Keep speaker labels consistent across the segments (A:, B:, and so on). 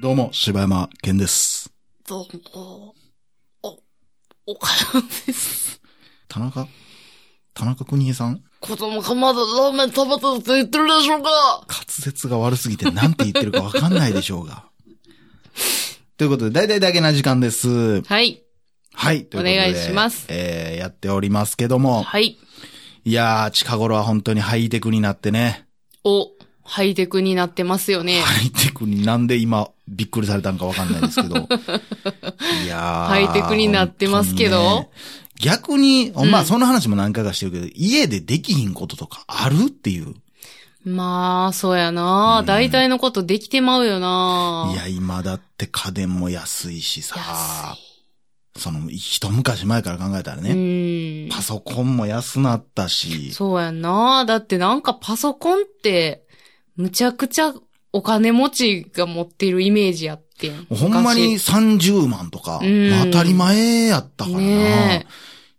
A: どうも、柴山健です。
B: どうも、お、おかよです。
A: 田中田中邦衛さん
B: 子供がまだラーメン食べたって言ってるでしょうか
A: 滑舌が悪すぎて何て言ってるかわかんないでしょうが。 ということで、大体だけな時間です。
B: はい。
A: はい、ということで。
B: お願いします
A: えー、やっておりますけども。
B: はい。
A: いやー、近頃は本当にハイテクになってね。
B: お、ハイテクになってますよね。
A: ハイテクになんで今、びっくりされたんかわかんないですけ ど。いやー。
B: ハイテクになってますけど
A: 本当にね逆に、
B: ん
A: まあ、その話も何回かしてるけど、家でできひんこととかあるっていう。
B: まあ、そうやな
A: うん。。
B: 大体のことできてまうよない
A: や、今だって家電も安いしさ
B: 安。
A: その、一昔前から考えたらね、
B: い。
A: パソコンも安なった
B: うん。
A: し、
B: そうやな。だってなんかパソコンって、むちゃくちゃお金持ちが持ってるイメージやってん。
A: ほんまに
B: 昔
A: 30万とか、
B: うん
A: まあ当たり前やったからな
B: ね。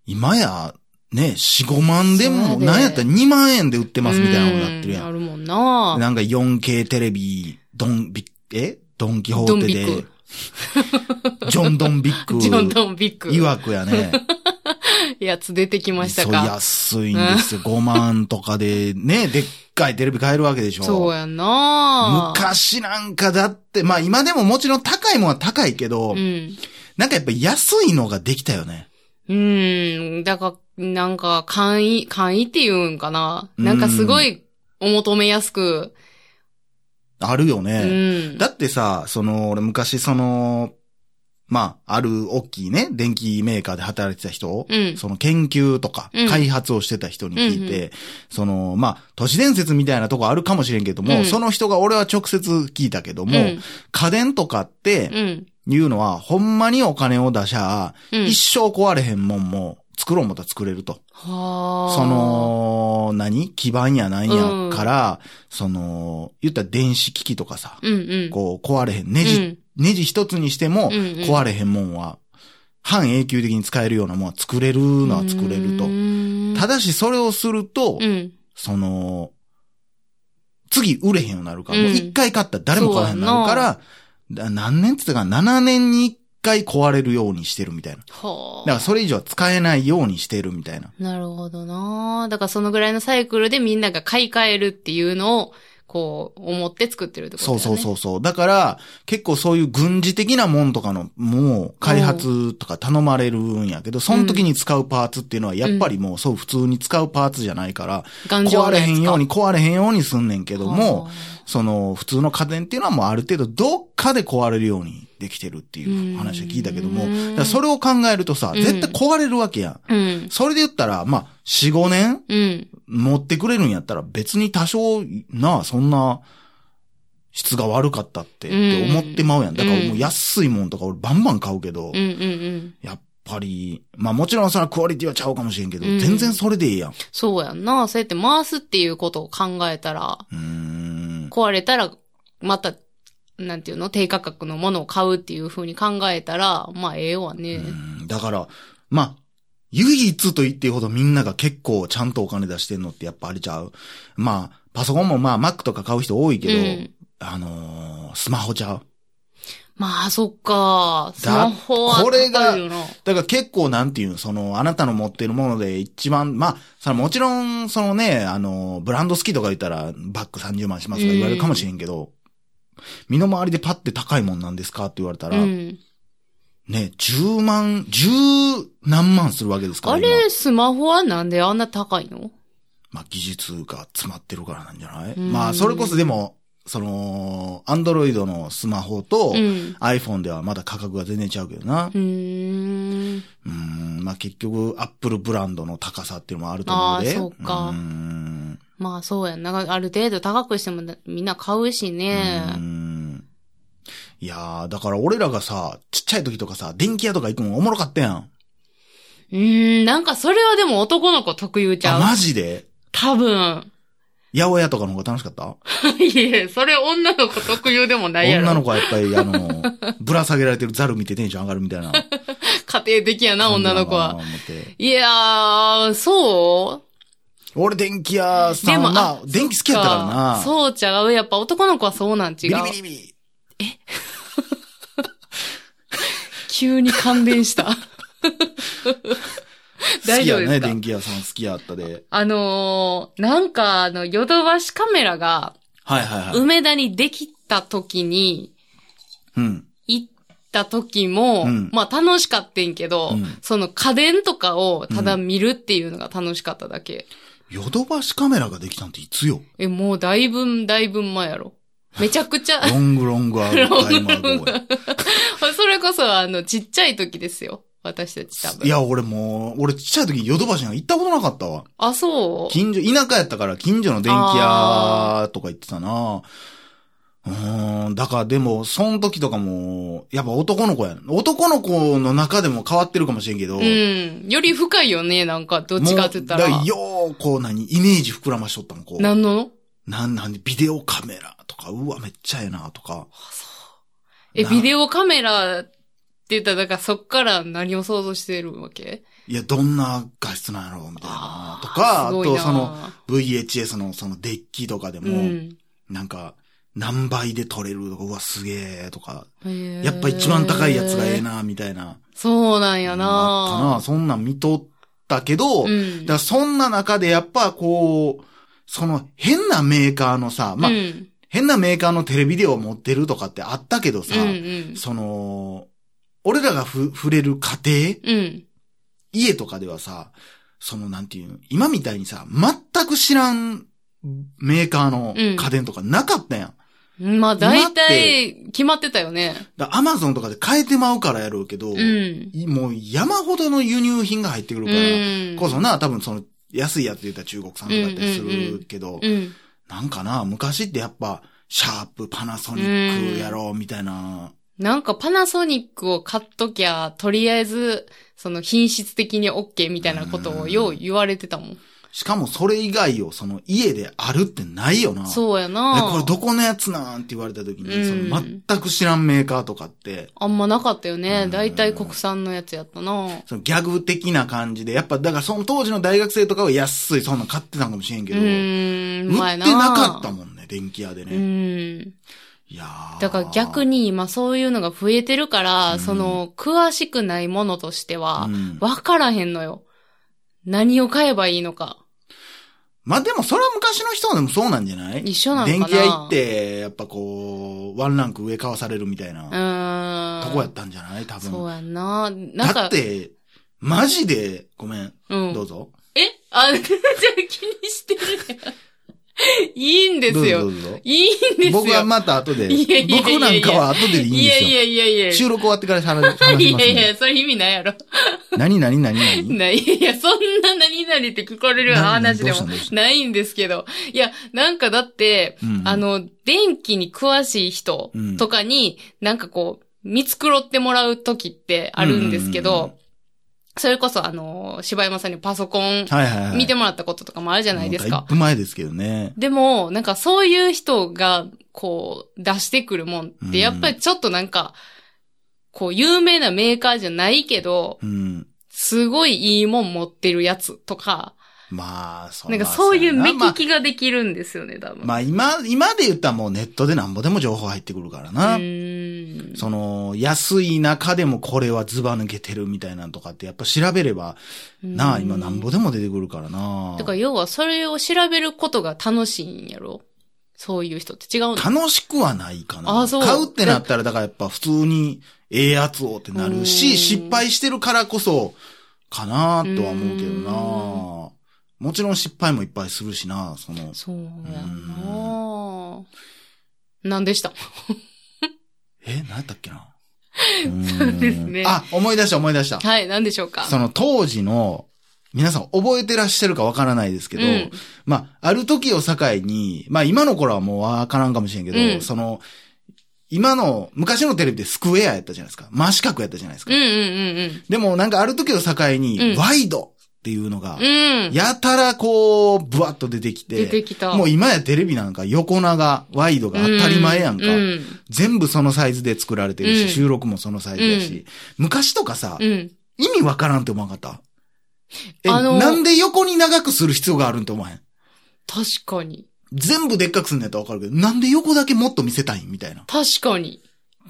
A: 今や、ね、4、5万で
B: そう
A: も、
B: やで
A: なんやったら2万円で売ってますみたいなことになってる
B: う
A: や
B: あ
A: ん。
B: るもんな。
A: なんか 4K テレビ、ドンビッ、えドンキホ
B: ドン
A: ーテ
B: ビッ
A: で
B: ク、。
A: ジョンドンビック。
B: ジョン・ドン・ビッグ。
A: 曰くやね。
B: やつ出てきました
A: そう、
B: か。
A: 安いんですよ。5万とかで、ね、 でっかいテレビ買えるわけでしょ。
B: そうやな
A: 昔なんかだって、まあ今でももちろん高いもんは高いけど、
B: うん。
A: なんかやっぱ安いのができたよね。
B: うん。だから、なんか、簡易、簡易っていうんかな。なんかすごい、お求めやすく。
A: あるよ
B: う
A: ね。
B: ん。
A: だってさ、その、俺昔その、まあ、ある大きいね、電気メーカーで働いてた人を、
B: うん。
A: その研究とか
B: うん
A: 開発をしてた人に聞い
B: うん
A: て、その、まあ、都市伝説みたいなとこあるかもしれんけども、
B: うん
A: その人が俺は直接聞いたけども、
B: うん。
A: 家電とかって、
B: うん。
A: いうのは、ほんまにお金を出しゃ、
B: うん。
A: 一生壊れへんもんも、作ろうもったら作れると。
B: はあ。
A: そ、の、何基盤やなん
B: う
A: や
B: ん
A: から、その、言ったら電子機器とかさ、
B: うんうん。
A: こう、壊れへん。ネジ、ネジ一つにしても
B: う、んうん
A: 壊れへんもんは、半永久的に使えるようなもんは作れるのは作れると。
B: と
A: ただし、それをすると
B: う、ん。
A: その、次売れへんようになるから、もう
B: うん
A: 一回買ったら誰も買わへんようになるから、だ何年っつったかな、7年に一回壊れるようにしてるみたいな。だ
B: はあ。
A: からそれ以上は使えないようにしてるみたいな。
B: なるほどなだからそのぐらいのサイクルでみんなが買い替えるっていうのを、こう、思って作ってるってことだ
A: そ
B: よ
A: う
B: ね。
A: そうそうそう。だから、結構そういう軍事的なもんとかの、もう、開発とか頼まれるんやけど、その時に使うパーツっていうのは、やっぱりもうそう普通に使うパーツじゃないから、
B: 頑丈
A: 壊
B: な
A: れ
B: やつ
A: へ
B: か
A: んように、壊れへんようにすんねんけども、
B: はあ
A: その、普通の家電っていうのはもうある程度どっかで壊れるようにできてるっていう話を聞いたけども、
B: うん
A: だからそれを考えるとさ、
B: うん
A: 絶対壊れるわけやん。
B: うん。
A: それで言ったら、まあ、4、5年
B: うん。
A: 持ってくれるんやったら別に多少、なあ、そんな、質が悪かったって、って思ってまうやん。だからもう安いもんとか俺バンバン買うけど
B: うんう、んうん。
A: やっぱり、まあもちろんそれはクオリティはちゃうかもしれんけど、
B: うん
A: 全然それでいいやん。
B: そうやんな。そうやって回すっていうことを考えたら、
A: うーん。
B: 壊れたら、また、なんていうの低価格のものを買うっていう風に考えたら、まあ、ええわね。
A: うんだから、まあ、唯一と言っていいほどみんなが結構ちゃんとお金出してんのってやっぱあれちゃう。まあ、パソコンもまあ Mac とか買う人多いけど、
B: うん
A: あのースマホちゃう。
B: まあ、そっか。スマホは
A: これが
B: 高いよな
A: だから結構なんていうの、その、あなたの持ってるもので一番、まあ、そのもちろん、そのね、あのーブランド好きとか言ったらバック30万しますとか言われるかもしれんけど、身の回りでパッて高いもんなんですかって言われたら、
B: うん。
A: ね、10万、10何万するわけですから
B: あ
A: 今
B: れ、スマホはなんであんな高いの
A: まあ、技術が詰まってるからなんじゃない
B: うん
A: まあ、それこそでも、その、アンドロイドのスマホと
B: う、ん。
A: iPhone ではまだ価格が全然違うけどな
B: う。ーん。
A: うん、まあ結局、Apple ブランドの高さっていうのもあると思うで。
B: あーそうか
A: ん。
B: まあ、そうやんな。ある程度高くしてもみんな買うしね。
A: うんいやー、だから俺らがさ、ちっちゃい時とかさ、電気屋とか行くのおもろかったやん。
B: うーん、なんかそれはでも男の子特有ち
A: あ、
B: ゃう。
A: マジで
B: 多分。
A: 八百屋とかの方が楽しかった
B: いえ、それ女の子特有でもないやろ。
A: 女の子はやっぱり、あの、ぶら下げられてるザル見てテンション上がるみた いな。
B: 家庭的やな、女の子
A: 感
B: は。
A: じなのかな思って
B: いやー、そう
A: 俺電気屋さん
B: でも
A: は、
B: あ
A: まあ、電気好きやったからな。
B: そうちゃう。やっぱ男の子はそうなん
A: ビ
B: 違う
A: リ。ビリビリ。
B: 急に感 電した。
A: 好
B: 大
A: き
B: 丈夫
A: や
B: ですか
A: ね、電気屋さん好きやったで。
B: あのーなんか、あの、ヨドバシカメラが、
A: はいはいはい。
B: 梅田にできた時に、
A: うん。
B: 行った時も、
A: うん
B: まあ楽しかってんけど、
A: うん
B: その家電とかをただ見るっていうのが楽しかっただけ。
A: ヨドバシカメラができたんていつよ
B: え、もうだいぶ、だいぶ前やろ。めちゃ くちゃ、
A: ロングロングアウトタイマーゴー
B: それこそあの、ちっちゃい時ですよ。私たち多分。
A: いや、俺もう、俺ちっちゃい時にヨドバシなんか行ったことなかったわ。
B: あ、そう
A: 近所、田舎やったから近所の電気屋とか行ってたな。うーん、だからでも、その時とかも、やっぱ男の子やん。男の子の中でも変わってるかもしれんけど、
B: うん。より深いよね、なんか、どっちかって言ったら。
A: もうだからよう、こう何、イメージ膨らましとったの、こう。
B: 何の
A: なんなんで、ビデオカメラとか、うわ、めっちゃええな、とか。
B: え、
A: な
B: ビデオカメラって言ったら、だからそっから何を想像してるわけ
A: いや、どんな画質なんやろう、みたいな。と
B: あ
A: か、
B: ー
A: あ
B: すごい
A: と、
B: な
A: その、VHS の、その、デッキとかで
B: う
A: も、
B: ん。
A: なんか、何倍で撮れるとか、うわ、すげえ、とか。
B: へー
A: やっぱ一番高いやつがええ。な、みたいな。
B: そうなんや
A: あったな。
B: な
A: そんなん見とったけど、だ
B: うん。
A: からそんな中でやっぱこう、その変なメーカーのさ、まあ、
B: うん
A: 変なメーカーのテレビデオを持ってるとかってあったけどさ、
B: うんうん。
A: その、俺らがふ触れる家庭、
B: うん。
A: 家とかではさ、そのなんていうの、今みたいにさ、全く知らんメーカーの家電とかなかったやん。
B: ま
A: 今
B: あ、大
A: って
B: 体、決まってたよね。
A: だアマゾンとかで変えてまうからやろうけど、
B: うん。
A: いもう山ほどの輸入品が入ってくるから、
B: うん
A: こそな、多分その、安いやつで言ったら中国産とかだったりするけど、
B: うん。
A: なんかな、昔ってやっぱ、シャープ、パナソニックやろう、みたいな。
B: なんかパナソニックを買っときゃ、とりあえず、その品質的に OK みたいなことをよう言われてたもん。
A: しかもそれ以外をその家であるってないよな。う。
B: そうやな
A: これどこのやつなんって言われた時に、
B: うん
A: その全く知らんメーカーとかって、
B: あんまなかったよね
A: う。ん
B: 大体国産のやつやったな
A: そのギャグ的な感じで、やっぱだからその当時の大学生とかは安い、そんなん買ってたんかもしれんけど、
B: う
A: 売っ
B: ーん、
A: てな
B: 前
A: かったもんね、電気屋で
B: う
A: ね。
B: ん。
A: いやー
B: だから逆に今そういうのが増えてるから、
A: うん
B: その、詳しくないものとしては
A: う、ん
B: わからへんのよ。何を買えばいいのか。
A: まあでもそれは昔の人でもそうなんじゃない
B: 一緒なのか
A: 電
B: な
A: 気屋行って、やっぱこう、ワンランク上かわされるみたいうな、
B: ーん。
A: とこやったんじゃない多
B: そう
A: 分。
B: やんななん
A: だ
B: か
A: っ、て、マジで、ごめん、
B: うん
A: どう。ぞ。
B: えあ、じゃ あ気にしてるね。いいんです
A: どうぞど
B: よ。
A: うぞ。
B: いいんですよ。
A: 僕はまた後で
B: いやいやい、やいや
A: 僕なんかは後でいいん
B: いや
A: ですよ。
B: いやいやいや。
A: 収録終わってから話話し
B: い
A: ます
B: や
A: ん
B: いや、
A: で。
B: それ意味ないやろ。
A: 何何何何
B: ない、いや、そんな何々って聞こえるような話でも
A: などうした
B: ないんですけど。いや、なんかだって、
A: うん
B: あの、電気に詳しい人とかに、なんかこう、見繕ってもらう時ってあるんですけ
A: うんうんうんうん
B: ど、それこそあの、柴山さんにパソコン
A: はいはいはい。
B: 見て
A: も
B: もらったこととかもあるじゃないです
A: もうだ
B: か
A: い。ぶ前ですけどね。
B: でも、なんかそういう人が、こう、出してくるもんっ
A: うん
B: て、やっぱりちょっとなんか、こう、有名なメーカーじゃないけど、
A: うん。
B: すごいいいもん持ってるやつとか、
A: まあ、そ
B: なんかそういう目
A: まあ
B: 利きができるんですよね、多分。
A: まあ今、今で言ったらもうネットでなんぼでも情報入ってくるからな。
B: うーん。
A: その、安い中でもこれはズバ抜けてるみたいなのとかって、やっぱ調べれば、なあ、今なんぼ
B: だ。
A: でも出てくるからな
B: だから要はそれを調べることが楽しいんやろそういう人って違うの
A: 楽しくはないかな。
B: あそう
A: 買うってなったら、だからやっぱ普通に、ええやつをってなる
B: うん
A: し、失敗してるからこそ、かなとは思うけど
B: う
A: なもちろん失敗もいっぱいするしなその、
B: そうやんななんでした
A: え、何やったっけな
B: そうですね
A: うーんあ、思い出した思い出した。
B: はい、なんでしょうか
A: その当時の、皆さん覚えてらっしゃるかわからないですけど、
B: うん
A: まあ、ある時を境に、まあ今の頃はもうわからんかもしれんけど、
B: うん
A: その、今の、昔のテレビでスクエアやったじゃないですか。真四角やったじゃないです
B: うん
A: か。
B: うんうん
A: でもなんかある時を境に、
B: うん
A: ワイドっていうのが、
B: うん。うん。
A: やたらこう、ブワッと出てきて、
B: 出てきた。
A: もう今やテレビなんか横長、ワイドが当たり前やんか。
B: うん。
A: 全部そのサイズで作られてるし、
B: うん
A: 収録もそのサイズだし、昔とかさ、
B: うん。
A: 意味わからんって思わなかったえ、
B: あの
A: なんで横に長くする必要があるんと思わへん。
B: 確かに。
A: 全部でっかくすんのやったらわかるけど、なんで横だけもっと見せたいんみたいな。
B: 確かに。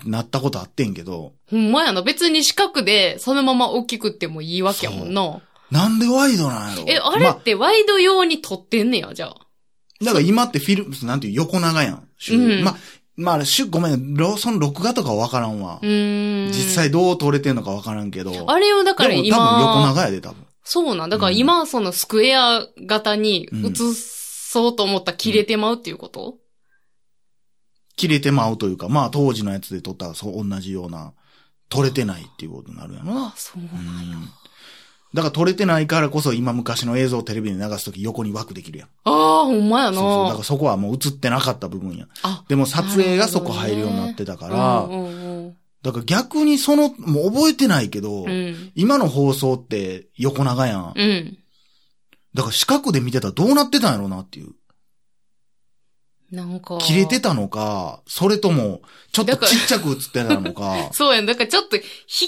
A: なったことあってんけど、
B: ほんまやな。別に四角で、そのまま大きくってもいいわけやもんな。
A: なんでワイドなんやろ
B: え、あれ
A: ま
B: ってワイド用に撮ってんねや、じゃあ。
A: だから今ってフィルム、なんていう横長やん。種類
B: うん
A: まあ、まあ、種ごめん、ロその録画とかはわからんわ
B: う。ーん。
A: 実。際どう撮れてんのかわからんけど。
B: あれをだから
A: でも
B: 今。
A: 多分横長やで、多分。
B: そうなん。だから今、そのスクエア型に移そうと思ったら切れてまうっていうこと、
A: 切れてまうというか、まあ当時のやつで撮ったらそう同じような、撮れてないっていうことになるやろな。
B: あ、そう
A: う
B: なんや。
A: ん。だから撮れてないからこそ今昔の映像をテレビで流すとき横に枠できるやん。
B: ああ、ほんまやな。
A: そうそう。だからそこはもう映ってなかった部分やん。
B: あ、
A: でも撮影がそこ入るようになってたから、
B: うんうん
A: だから逆にその、もう覚えてないけど、
B: うん。うん。
A: 今の放送って横長やん。
B: うん。
A: だから四角で見てたらどうなってたんやろうなっていう。
B: なんか。
A: 切れてたのか、それとも、ちょっと
B: だから。
A: ちっちゃく映ってたのか
B: そうやん。だからちょっと引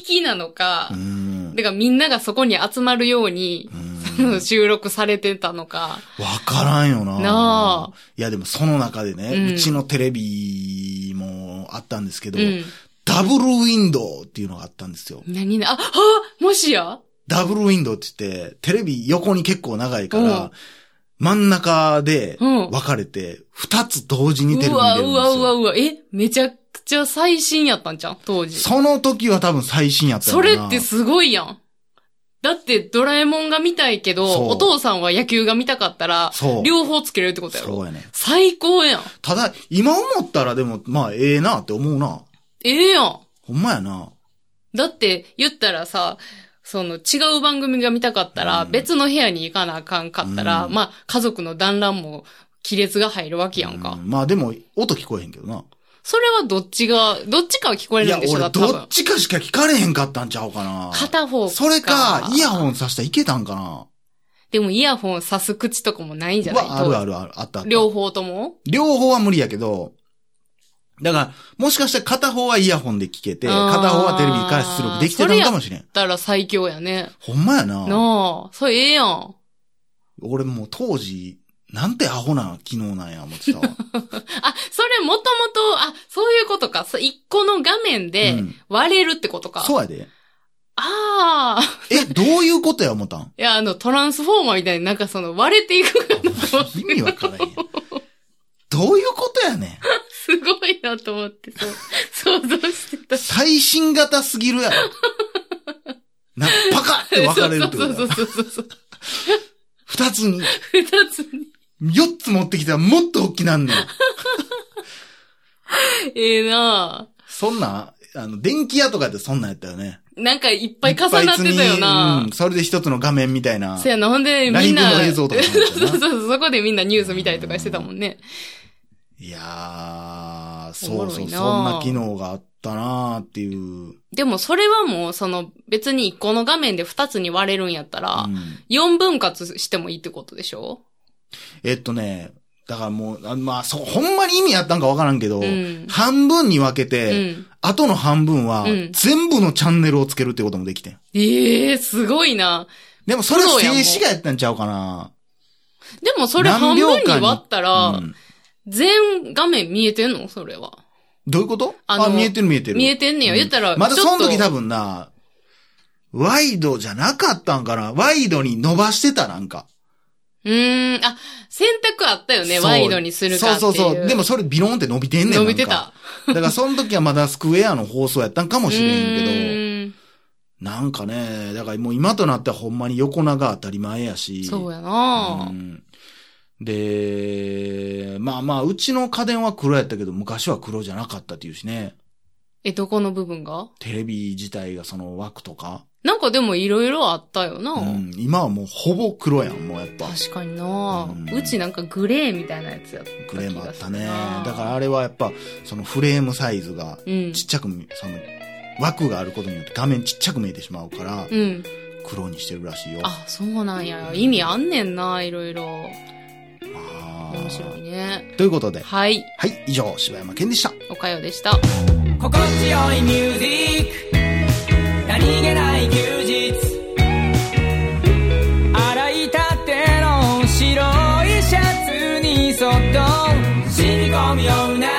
B: きなのか
A: うー、ん。
B: だからみんながそこに集まるように
A: う、ーん
B: 収録されてたのか。
A: わからんよな。
B: なあ
A: いやでもその中でね、
B: う
A: うんちのテレビもあったんですけ
B: う
A: ど、
B: ん。
A: ダブルウィンドウっていうのがあったんですよ。
B: 何な、あ、はあもしや
A: ダブルウィンドウって言って、テレビ横に結構長いか
B: うん
A: ら、真ん中で
B: うん
A: 分かれて、二つ同時にテレビ
B: う
A: 見
B: わ、
A: れるん
B: う
A: です
B: わ、うわ、
A: よ。
B: うわ。え、めちゃくちゃ最新やったんじゃん当時。
A: その時は多分最新やったよ
B: そ
A: な
B: れってすごいやん。だって、ドラえもんが見たいけ
A: そ
B: ど、
A: う
B: お父さんは野球が見たかったら
A: そ、う
B: 両方つけれるってことや
A: そ
B: ろ
A: う。やね。
B: 最高やん。
A: ただ、今思ったらでも、まあ、ええなって思うな。
B: ええやん。
A: ほんまやな。
B: だって、言ったらさ、その違う番組が見たかったら、
A: うん
B: 別の部屋に行かなあかんかったら、
A: うん
B: まあ、家族の団らんも亀裂が入るわけやんか。
A: うんまあでも、音聞こえへんけどな。
B: それはどっちが、どっちかは聞こえ
A: い
B: る
A: や
B: ん、でしょだ
A: 俺、
B: って
A: ど
B: 多
A: っ
B: 分。
A: ちかしか聞かれへんかったんちゃうかな。
B: 片方か。
A: それか、イヤホンさしたらいけたんかな。
B: でもイヤホンさす口とかもないんじゃ
A: う
B: ない
A: わ、あるあ
B: る。
A: るある、あったあった。
B: 両方とも
A: 両方は無理やけど、だから、もしかしたら片方はイヤホンで聞けて、
B: あ
A: 片
B: ー
A: 方はテレビから出力できてたのかもしれん。
B: だったら最強やね。
A: ほんまやな。
B: なあ、それええやん。
A: 俺もう当時、なんてアホな機能なんや、思ってた わ。
B: あ、それもともと、あ、そういうことか。そ一個の画面
A: う
B: で
A: ん
B: 割れるってことか。
A: そうやで。
B: ああ。
A: え、どういうことや、思ったん
B: いや、あの、トランスフォーマーみたいになんかその割れていくかなと思って。
A: 意味わからんやん。どういうことやねん。
B: すごいなと思って、そう、想像してた。
A: 最新型すぎるやろ。な、パカって分かれるってこ
B: そ
A: と
B: う
A: や
B: そう
A: ろ
B: そうそうそう。
A: 二つに、
B: 二つに。
A: 四つ持ってきたらもっと大きなんねん。
B: ええなあ
A: そんな、あの、電気屋とかってそんなんやったよね。
B: なんかいっぱい重なってたよ
A: いっぱい積み
B: な
A: うん。それで一つの画面みたいな。
B: そうやな、ほんで、
A: ラ
B: み
A: イ
B: ん
A: ブ
B: な。
A: の映像とかもあるし
B: そう
A: な
B: そうそう、そこでみんなニュース見たりとかしてたもんね。
A: いやー、
B: おも
A: そう
B: ろ
A: そ、
B: いうな
A: そんな機能があったなーっていう。うん
B: でもそれはもう、その、別に一個の画面で二つに割れるんやったら、四分割してもいいってことでしょ
A: えっとね、だからもう、あまあ、そう、ほんまに意味あったんかわからんけど、
B: うん。
A: 半分に分け
B: う
A: て、
B: ん。
A: 後の半分は
B: うん、
A: 全部のチャンネルをつけるってこともできてん。
B: ええすごいな。
A: でもそれ
B: そう
A: 静
B: やんもう
A: 止画やったんちゃうかな
B: でもそれ
A: 何
B: 半
A: 秒
B: 分
A: 間
B: に
A: に
B: 割ったら、
A: うん
B: 全画面見えてんのそれは。
A: どういうこと
B: あの
A: あ、見えてる見えてる。
B: 見えてんねや。
A: うん
B: 言ったら、
A: まだ
B: ち
A: そ
B: ょっ
A: の
B: と
A: 時多分な、ワイドじゃなかったんかなワイドに伸ばしてたなんか。
B: うーん、あ、選択あったよね。
A: そう
B: ワイドにするかってい。
A: そううそうそう。でも、それビロンって伸びてんねん。
B: 伸びて
A: なんか。
B: た。
A: だからその時はまだスクエアの放送やったんかもしれん
B: う
A: けど、
B: ーん
A: なんかね、だからもう今となってはほんまに横長当たり前やし。
B: そうや
A: う
B: な、
A: んで、まあまあ、うちの家電は黒やったけど、昔は黒じゃなかったっていうしね。
B: え、どこの部分が
A: テレビ自体がその枠とか。
B: なんかでもいろいろあったよな、
A: うん今はもうほぼ黒やん、もうやっぱ。
B: 確かにな、
A: う
B: うんちなんかグレーみたいなやつやった気がす
A: ク
B: る
A: レ
B: な。
A: ームあったね。だからあれはやっぱ、そのフレームサイズが
B: うん。
A: ちっちゃく見、その枠があることによって画面ちっちゃく見えてしまうから、
B: うん。
A: 黒にしてるらしいよ。
B: あ、そうなんや。意味あんねんな、いろいろ。
A: あー
B: 面白いね。
A: ということで、
B: はい。
A: はい、以上、柴山健でした。
B: おかよでした。
C: 心地よいミュージック何気ない休日どん染み込むような